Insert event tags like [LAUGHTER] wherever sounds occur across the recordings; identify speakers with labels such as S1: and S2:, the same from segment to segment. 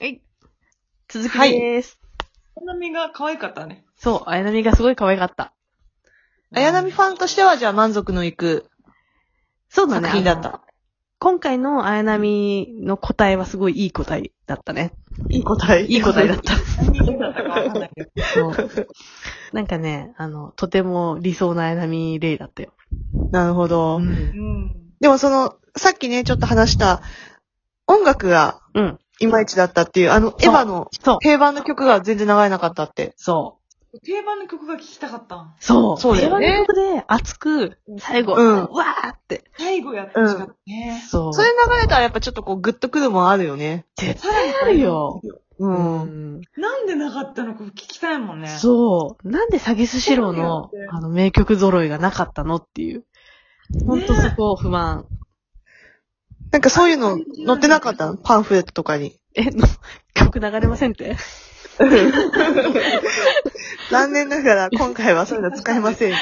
S1: はい。続きです。
S2: このみが可愛かったね。
S1: そう、綾波がすごい可愛かった。
S3: 綾波ファンとしては、じゃあ満足のいく
S1: そうだね。
S3: 作品だっ
S1: あの
S3: た。
S1: 今回の綾波の答えはすごいいい答えだったね。
S3: いい答え。
S1: いい答えだった。
S2: 何人だったかわかんないけど。
S1: [LAUGHS] そうなんかね、あの、とても理想な綾波レイだったよ。
S3: [LAUGHS] なるほど。
S1: ん。
S2: うん。
S3: でもその、さっきね、ちょっと話した、音楽が
S1: うん。
S3: いまいちだったっていう、あの、エヴァの
S1: そう。
S3: 定番の曲が全然流れなかったって。
S1: そ
S2: 定番の曲が聴きたかった。
S1: う。そう。
S3: そうだよね
S1: 平和の曲で熱く、最後、
S3: うん
S1: わーって。
S2: 最後やってほしかったね。
S1: そう。
S3: それ流れたらやっぱちょっとこうグッとくるもんあるよね。
S1: 絶
S2: さらに
S1: 対あるよ。。
S3: う。
S1: うんん。
S2: なんでなかったのか聞きたいもんね。
S1: そう。なんでサギスシローの
S2: そうだよね、
S1: あの、名曲揃いがなかったのっていう。ほんとそこ不満。
S3: なんかそういうの載ってなかったのパンフレットとか
S1: [LAUGHS]
S3: に。
S1: え、の曲流れませんって
S3: 残念ながら今回はそういうの使えま
S1: [LAUGHS]
S3: せん。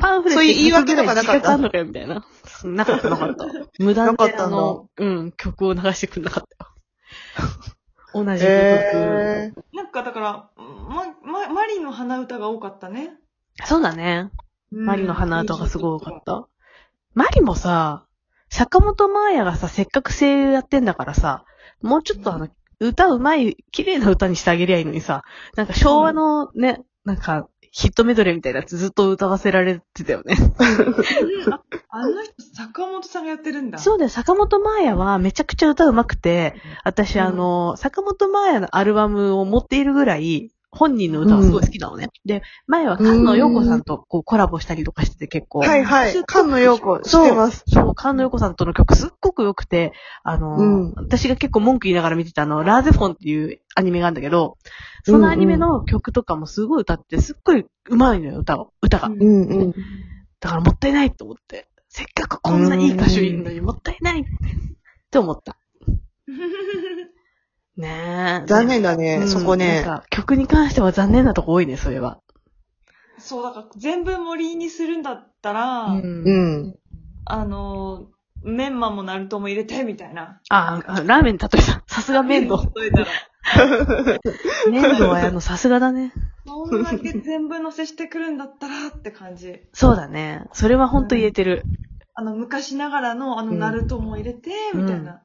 S1: パンフレット
S3: そういう言い訳とかなかった
S1: 一曲ぐらい時間あんのかよみたいな。なかった、なかった。無断
S3: [LAUGHS] なかっ
S1: で、
S3: た
S1: あ
S3: んだ
S1: の、うん、曲を流してくんな
S3: [LAUGHS]
S1: かったよ。同じ曲。
S3: えー。
S2: なんかだから、ま、ま、マリの鼻歌が多かったね。
S1: そうだね。マリの花とかすごい多かった。マリもさ、坂本真綾がさ、せっかく声優やってんだからさ、もうちょっとあの、歌うまい、綺麗な歌にしてあげりゃいいのにさ、なんか昭和のね、なんか、ヒットメドレーみたいなやつずっと歌わせられてたよね。
S2: うんああの人、坂本さんがやってるんだ。
S1: そうだよ、坂本真綾はめちゃくちゃ歌うまくて、私あの、坂本真綾のアルバムを持っているぐらい、本人の歌はすごい好きなのね。で、前は菅野陽子さんとこうコラボしたりとかしてて結構。
S3: はいはい。菅野陽子、知
S1: そう
S3: ってます。
S1: そう、菅野陽子さんとの曲すっごく良くて、あの、
S3: うん
S1: 私が結構文句言いながら見てたあの、ラーゼフォンっていうアニメがあるんだけど、そのアニメの曲とかもすごい歌って、すっごい上手いのよ、歌を、歌が。
S2: うん
S3: うんうん。
S1: だからもったいないと思って。せっかくこんないい歌手いるのにもったいないって思った。ねえ。
S3: 残念だね、
S1: うん
S3: そこね。
S1: なんか曲に関しては残念なとこ多いね、それは。
S2: そう、だから全部森にするんだったら、
S3: うん。
S2: あの、メンマもナルトも入れて、みたいな。
S1: あ、あラーメン例えた。さすが麺 [LAUGHS] 度。
S2: 例えたら。
S1: 麺度はあの、さすがだね。
S2: そんだけ全部乗せしてくるんだったらって感じ。
S1: そうだね。それは本当言えてる。
S2: あの、昔ながらの、あの、
S3: うん
S2: ナルトも入れて、
S1: うん
S2: みたいな。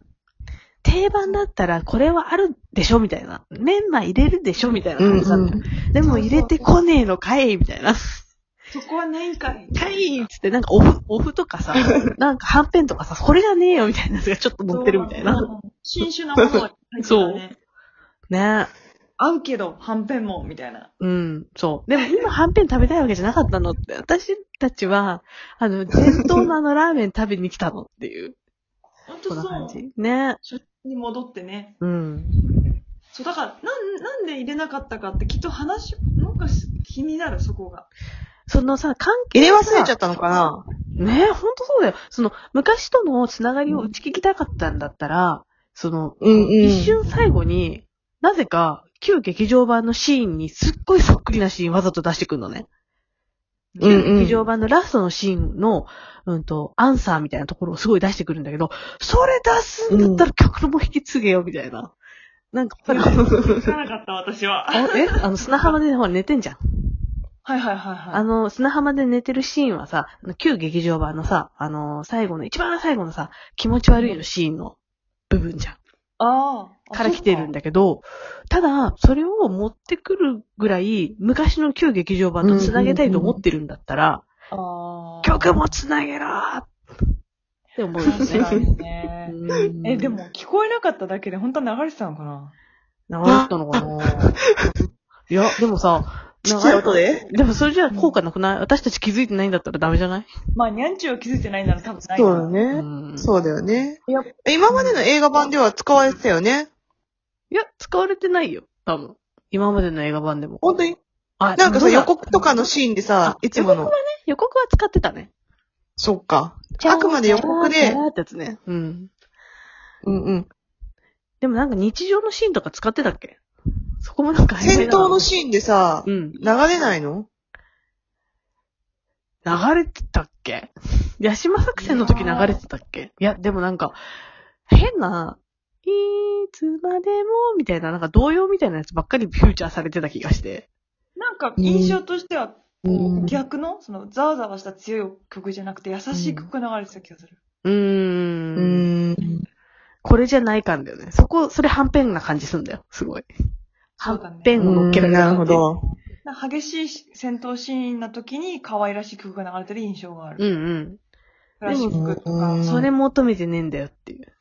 S1: 定番だったらこれはあるでしょみたいな。メンマ入れるでしょみたいな感じだったよ、でも入れてこねえのかいみたいな。
S2: そこはないんかい。
S1: かいっつってなんかオフ、オフとか
S3: [LAUGHS]
S1: さ、なんかはんぺんとかさ、これがねえよみたいなやつがちょっと乗ってるみたいな。
S2: うん。新種なものは入ってたね。
S1: ね
S2: 合うけど、はんぺんも、みたいな。
S1: うん、そう。でも今はんぺん食べたいわけじゃなかったのって。私たちは、あの、伝統のあのラーメン食べに来たのっていう、
S2: ほんと
S1: こんな
S2: そ
S1: 感
S2: う。
S1: じ。ね
S2: 初に戻ってね。
S1: うん。
S2: そう、だから、なん、なんで入れなかったかって、きっと話、なんかし気になる、そこが。
S1: そのさ、関係
S3: 入れ
S1: が
S3: 忘
S1: さ
S3: れちゃったのかな
S1: ねえ、ほんとそうだよ。その、昔とのつながりを打ち聞きたかったんだったら、その、
S3: うんうん
S1: 一瞬最後に、なぜか、旧劇場版のシーンにすっごいそっくりなシーンわざと出してくるのね。
S3: うんうん
S1: 劇場版のラストのシーンの、うんと、アンサーみたいなところをすごい出してくるんだけど、それ出すんだったら曲も引き継げよ、みたいな。なんか、ほら、
S2: [LAUGHS] 聞かなかった、私は。
S1: [LAUGHS] あえあの、砂浜でほら寝てんじゃん。
S2: はいはいはいはい。
S1: あの、砂浜で寝てるシーンはさ、あの旧劇場版のさ、あの、最後の、一番最後のさ、気持ち悪いのシーンの部分じゃん。
S2: ああ。
S1: から来てるんだけど、ただ、それを持ってくるぐらい、昔の旧劇場版と繋げたいと思ってるんだったら、
S2: そっか。ああ。
S1: 曲も繋げろーって思
S2: [LAUGHS]
S1: うよ
S2: 確か
S1: ね。
S2: にね。
S1: うん
S2: え、で、も、聞こえなかっただけで、本当は流れてたのかな
S1: 流れてたのかないや、でもさ、
S3: ちっちゃい音で
S1: でもそれじゃ効果なくない私たち気づいてないんだったらダメじゃない
S2: まあ、にゃんちゅうは気づいてないなら多分ない
S3: そうだ
S2: ね。
S3: ね。
S1: ん
S3: そうだよね
S2: いや。
S3: 今までの映画版では使われてたよね。
S1: いや、使われてないよ。多分。今までの映画版でも。
S3: 本当に。
S1: あ
S3: なんか
S1: そ
S3: さ、
S1: うだ
S3: 予告とかのシーンでさ
S1: あ、
S3: いつも
S1: 予
S3: の
S1: 告。予告は使ってたね。
S3: そっか。あくまで予告
S1: チャ
S3: で
S1: ラ、ってやつね。うん。
S3: うんうん。
S1: でもなんか日常のシーンとか使ってたっけそこもなんか
S3: 戦闘の
S1: シ
S3: シーンでさ、
S1: ーン。うん。
S3: 流れないの
S1: 流れてたっけ八島作戦の時流れてたっけいや、でもなんか、変な、つまでも、みたいな、なんか童謡みたいなやつばっかりフューチャーされてた気がして。
S2: なんか印象としては、
S3: うん
S2: 逆の、その、ざわざわした強い曲じゃなくて、優しい曲が流れてた気がする。
S1: うー。
S3: うんーん。
S1: これじゃない感だよね。そこ、それはんぺんな感じすんだよ。すごい。は
S2: そうだね
S1: んぺんを乗っけられ
S3: な
S1: た
S3: る
S1: 感
S3: ほ
S1: じ。
S3: ど。
S2: なんか激しい戦闘シーンの時に可愛らしい曲が流れてる印象がある。
S1: うんうん。
S2: クラシックと
S3: う
S2: か
S3: ん。
S1: それ求めてねえんだよっていう。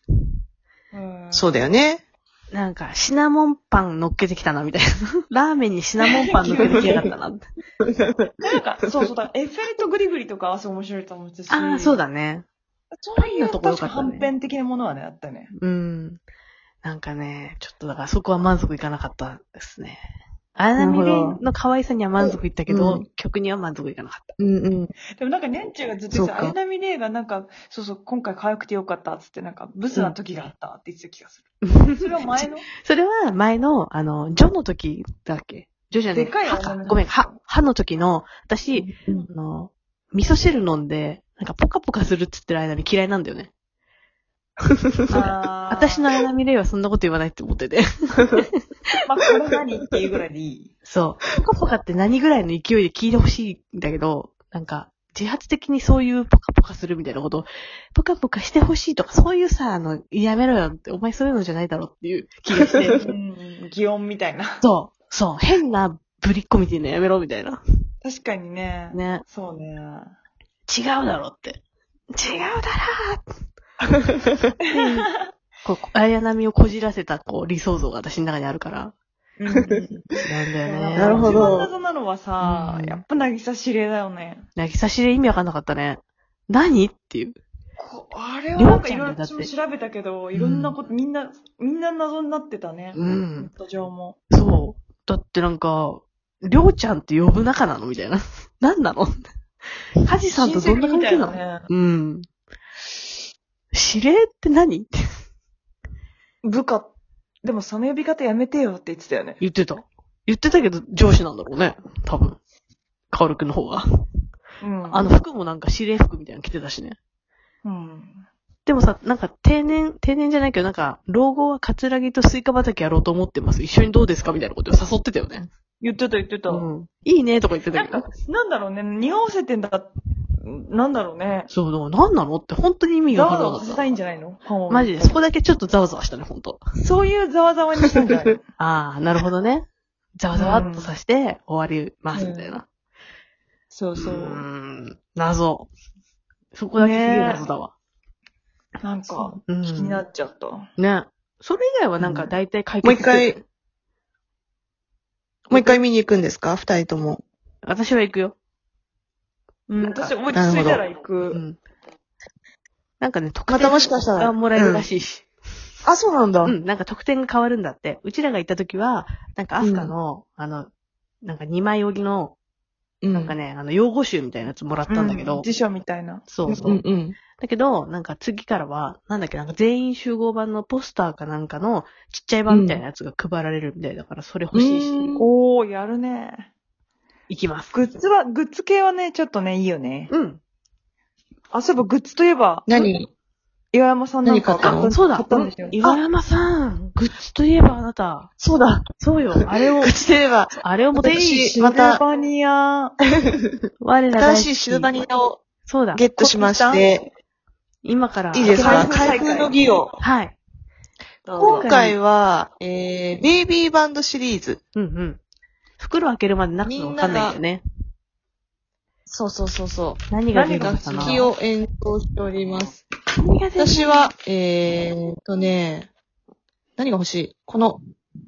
S2: うん
S3: そうだよね。
S1: なんか、シナモンパン乗っけてきたな、みたいな。ラー [LAUGHS] メンにシナモンパン乗っけてきやがった
S3: [LAUGHS]
S1: なって。
S2: なんか、そうそうだ。エフェイトグリグリとかはすごい面白いと思ってたし。
S1: ああ、そう。だね。
S2: そういう、
S1: パンのとこよ
S2: 確
S1: か
S2: か
S1: った
S2: 反
S1: ね
S2: 転的なものはね、あったね。
S1: うん。なんかね、ちょっとだからそこは満足いかなかったですね。
S3: な
S1: 荒
S3: る
S1: 波
S3: ほ
S1: レイ
S3: ど
S1: の可愛さには満足いったけど、
S3: うん
S1: 曲には満足いかなかった。
S3: うんうん。
S2: でもなんか、年中がずっと言ってた、
S3: そうか
S2: 綾波レイがなんか、そうそう、今回可愛くてよかったっつって、なんか、ブスな時があったって言ってた気がする。それは前の
S1: それは前の、あの、ジョの時だっけジョじゃねえ
S2: でかい
S1: 歯
S2: 女の
S1: か。
S2: 子
S1: ごめん、歯、歯の時の、私、
S3: うん
S1: あの、味噌汁飲んで、なんかポカポカするっつってる間に嫌いなんだよね。
S2: あー
S1: 私の荒波レイはそんなこと言わないって思ってて。
S2: まあ、これ何っていうぐらいでいい。
S1: [LAUGHS] そう。ポカポカって何ぐらいの勢いで聞いてほしいんだけど、なんか、自発的にそういうポカポカするみたいなこと、ポカポカしてほしいとか、そういうさ、あの、やめろよって、お前そういうのじゃないだろっていう気がし [LAUGHS] て。
S2: うん、擬音みたいな。
S1: そう、そう、変なぶりっ子みたいなのやめろみたいな。
S2: 確かにね。
S1: ね。
S2: そうね。
S1: 違うだろって。違うだろ [LAUGHS] こう、綾波をこじらせた、こう、理想像が私の中にある [LAUGHS] から。
S2: うん
S1: なんだよね。
S3: なるほど
S2: 一番謎なのはさ、
S1: うん
S2: やっぱ渚司令だよね。
S1: なぎさしで意味わかんなかったね。何っていう。
S2: こあれはなんかいろいろ
S1: りょうち
S2: 私
S1: ゃ
S2: も調
S1: んだよ
S2: べたけど、いろんなこと、みんな、みんな謎になってたね。
S1: うん
S2: ネット上も。
S1: そう。だってなんか、りょうちゃんって呼ぶ仲なのみたいな。 [LAUGHS] 何なのカジさんとどんな関係な
S2: 親戚
S1: の
S2: みたいなね
S1: うん。指令って何って
S2: 部下、でもその呼び方やめてよって言ってたよね。
S1: 言ってた。言ってたけど、上司なんだろうね。多分。カオルくんの方は。
S2: うん。
S1: あの服もなんか指令服みたいなの着てたしね。
S2: うん。
S1: でもさ、なんか定年、定年じゃないけど、なんか、老後はカツラギとスイカ畑やろうと思ってます。一緒にどうですかみたいなことを誘ってたよね。
S2: 言ってた言ってた。
S1: ん。いいねとか言ってた
S2: なん
S1: けど
S2: か。、なんだろうね、匂わせてんだ、なんだろうね。
S1: そう、でも何なのって本当に意味
S2: ざ
S1: がわ
S2: わざわ
S1: からなかった
S2: させたいんじゃないのファンを
S1: マジで、そこだけちょっとざわざわしたね、ほんと。
S2: そういうざわざわにしたんじゃない
S1: [LAUGHS]
S2: の
S1: ああ、なるほどね。ざわざわっとさして、終わります、みたいな。
S2: そう
S1: う
S2: そ
S1: ー
S2: う。
S1: ん、謎。そこだけすげえ謎だわ。
S2: なんか、
S1: うん。
S2: 気になっちゃった。
S1: ね。それ以外はなんか大体解決
S3: もう一回
S1: してる
S3: [LAUGHS] もう一回見に行くんですか二人とも。
S1: 私は行くよ。うん。
S2: 私、
S1: なんか
S2: 落ち着いたら行く。
S1: うん。なんかね、特
S3: ま
S1: 典
S3: たもしかしたら
S1: がもらえるらしいし。
S3: あ、そうなんだ。
S1: うん、なんか特典が変わるんだって。うちらが行った時は、なんかアスカの、あの、なんか2枚折りの
S3: うん。
S1: なんかね、あの、用語集みたいなやつもらったんだけど、
S2: う辞書みたいな。
S1: そうそうう。
S3: んうん。
S1: だけど、なんか次からは、なんだっけ、なんか全員集合版のポスターかなんかのちっちゃい版みたいなやつが配られるみたいだから、それ欲しいし、
S3: うん
S2: おー、やるね。
S1: 行きます。
S2: グッズは、グッズ系はね、ちょっとね、いいよね。
S1: うん。
S2: あ、そういえばグッズといえば、
S3: 何
S2: 岩山さんなんか
S3: 何買ったの
S2: 買
S1: あ、
S2: っ
S1: そうだ
S2: 買ったんですよ。。
S1: 岩山さん、グッズといえばあなた。
S3: そうだ。
S1: そうよ、あれを、
S3: 口で言えば、
S1: あれを持っていい。
S2: シル
S3: また
S2: バニア。
S1: 我
S3: 新
S1: ら大
S3: しいシルバニアを
S1: そうだ。
S3: ゲットしまして、
S1: 今から。
S3: いいですか
S2: 開封大会
S3: 開封の儀を。
S1: はい。
S3: 今回は、えー、ベイビーバンドシリーズ。
S1: うんうん。袋開けるまでなくのわかんないんだよね。
S3: そうそうそうそ
S1: 何が
S3: 何
S1: 出て
S3: が
S1: きたな
S3: 楽器を演奏しております。
S1: 何が出てき
S3: 私
S1: た
S3: は、えーっとね、何が欲しいこの、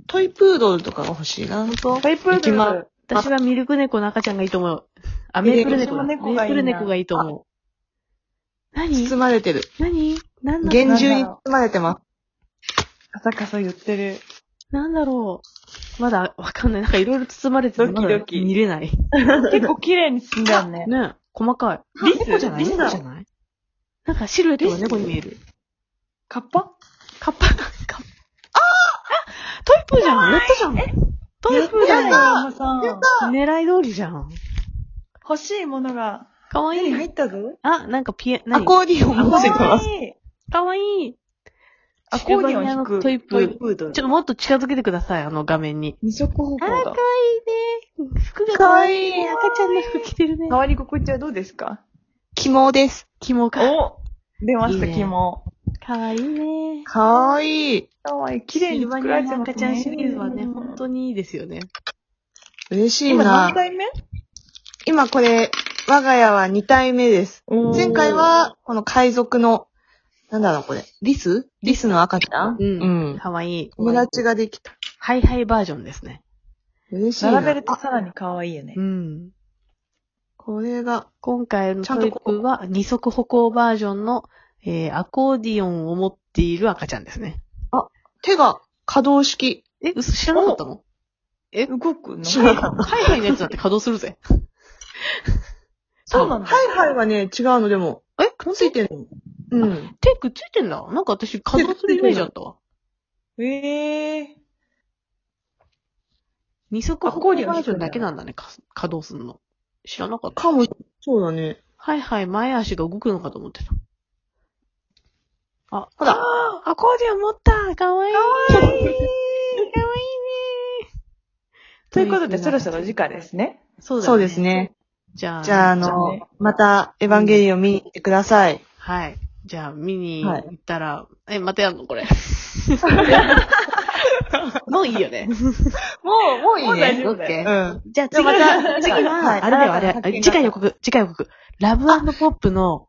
S3: トイプードルとかが欲しいな。本当
S2: パイプード
S3: 行きま
S2: ル。
S1: 私はミルク猫の赤ちゃんがいいと思う。あ、メープル猫だ。メ
S2: メ
S1: ー
S2: ー
S1: プ
S2: プ
S1: ル
S2: ル
S1: 猫が
S2: 猫が
S1: い
S2: い
S1: い
S2: いな
S1: と思う。何
S3: 包まれてる。
S1: 何何な
S3: 厳重に包まれてます。
S2: カサカサ言ってる。
S1: なんだろう。まだわかんない。なんかいろいろ包まれてて、
S2: ドキドキ
S1: まだ見れない。
S2: 結構綺麗に進んだよね。
S1: ね細かい。
S2: リス
S1: 猫じゃない
S2: リスだ
S1: 猫じゃないなんかシルエットが猫に見える。
S2: カッパ
S1: カッパ、カッパ。ああトイプーじゃんネットじゃんトイプーじ
S2: や
S1: ゃん
S2: ったさん
S1: 狙い通りじゃん。
S2: 欲しいものが、
S1: かわい
S2: 手に
S1: い。
S2: 入ったぞ。
S1: あ、なんかピエ、
S3: ア
S1: 何
S3: コーディオンもついてます。
S2: いい。
S1: かわいい。
S2: アコーディオン
S1: シルバニア
S2: 弾
S1: の
S2: く
S1: トイプ
S2: トイプードル
S1: ちょっ。ともっと近づけてください、あの画面に。
S2: 二足歩行だ。
S1: いいね。服が
S3: 可愛い
S1: ね赤ちゃんの服着てるね。
S2: 触り心地はどうですか
S3: 起毛です。
S1: 肝か。
S2: お出ました、
S1: いいね
S2: 肝。
S1: かわいいね。
S3: かわいい。
S2: かわいい。綺麗に作られてますね。
S1: 赤ちゃんシリーズはね、本当
S2: に。
S1: にいいですよね。
S3: 嬉しい
S2: 今
S3: な
S2: 何。回目
S3: 今これ、我が家は2体目です。前回、は、この海賊の、なんだろうこれ、リスリスの赤ちゃん
S1: う。
S3: うんん。
S1: かわいい。
S3: 友達ができた。
S1: ハイハイバージョンですね。
S3: 嬉しいな。
S2: 並べると
S3: あ
S2: さらに可愛いよね
S1: う。ん。
S3: これが、
S1: 今回の
S3: ちゃん
S1: ト
S3: と
S1: イ
S3: こう
S1: プは二足歩行バージョンの、えー、アコーディオンを持っている赤ちゃんですね。
S3: 手が可動式。
S1: え、嘘知らなかったの
S2: 動くの
S3: 知らなかった。
S1: 海外のやつだって稼働するぜ。
S2: そうなんだ。
S3: ハイハイはね、違うのでも、
S1: え、
S3: ついてるの。うん。
S1: 手くっついてんだ。なんか私稼働するイメージあったわ。
S2: ええ
S1: 二足歩行バージョンだけなんだね、か稼働するの。知らなかった。
S3: かも、そうだね。
S1: はいはい、前足が動くのかと思ってた。あ、
S3: ほら
S1: あーアコーディオン持ったかわいいかわいいかわいいね
S2: ということで、そろそろ時間ですね。
S1: そうだ、ね、
S3: そうです。ね。
S1: じゃあ、
S3: じゃあ、あ
S2: じゃあ
S3: の
S2: ね、
S3: また、エヴァンゲリオン見に行ってくださ
S1: [LAUGHS]
S3: い。
S1: はい。じゃあ、見に行ったら、え、またやんのこれ。もういいよね。
S3: もう、もうい
S2: もう大丈夫だ
S3: う
S2: よ
S3: ん。
S1: じ
S3: じゃ
S1: ゃあ
S3: あ
S1: 次
S3: また、
S1: [LAUGHS] 次は、
S3: はい
S1: あれだよ、あ
S2: あなたの作
S1: れ。
S2: 品
S1: 次回予告、次回予告。ラブポップの、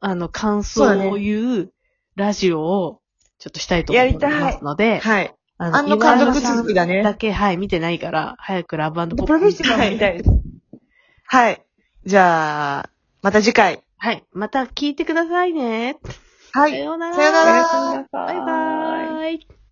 S1: あの、感想
S3: そうだ
S1: を言うラジオを、ちょっとしたいと思
S2: や
S1: い
S2: りたい
S1: ますので、
S3: はい。
S1: あ
S3: あの監督
S1: 岩山さん
S3: 続きだね
S1: だ。け、はい、見てないから、早くラブポップ。
S2: プロフェッショナルみたいです。
S3: はい。じゃあ、また次回。
S1: はい、また聞いてくださいね。
S3: は
S1: さ
S3: い。
S1: ようなら。
S3: さような
S2: お
S3: ら
S2: やすみなさい。
S1: バイバーイ。